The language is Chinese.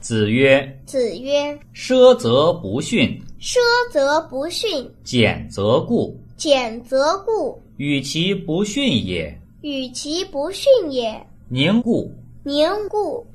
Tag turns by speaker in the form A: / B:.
A: 子曰
B: 子曰：“
A: 奢则不逊，：“
B: 奢则不逊，
A: 俭则固。
B: 俭则固。
A: 与其不逊也，
B: 与其不逊也，
A: 宁固。”
B: 宁固。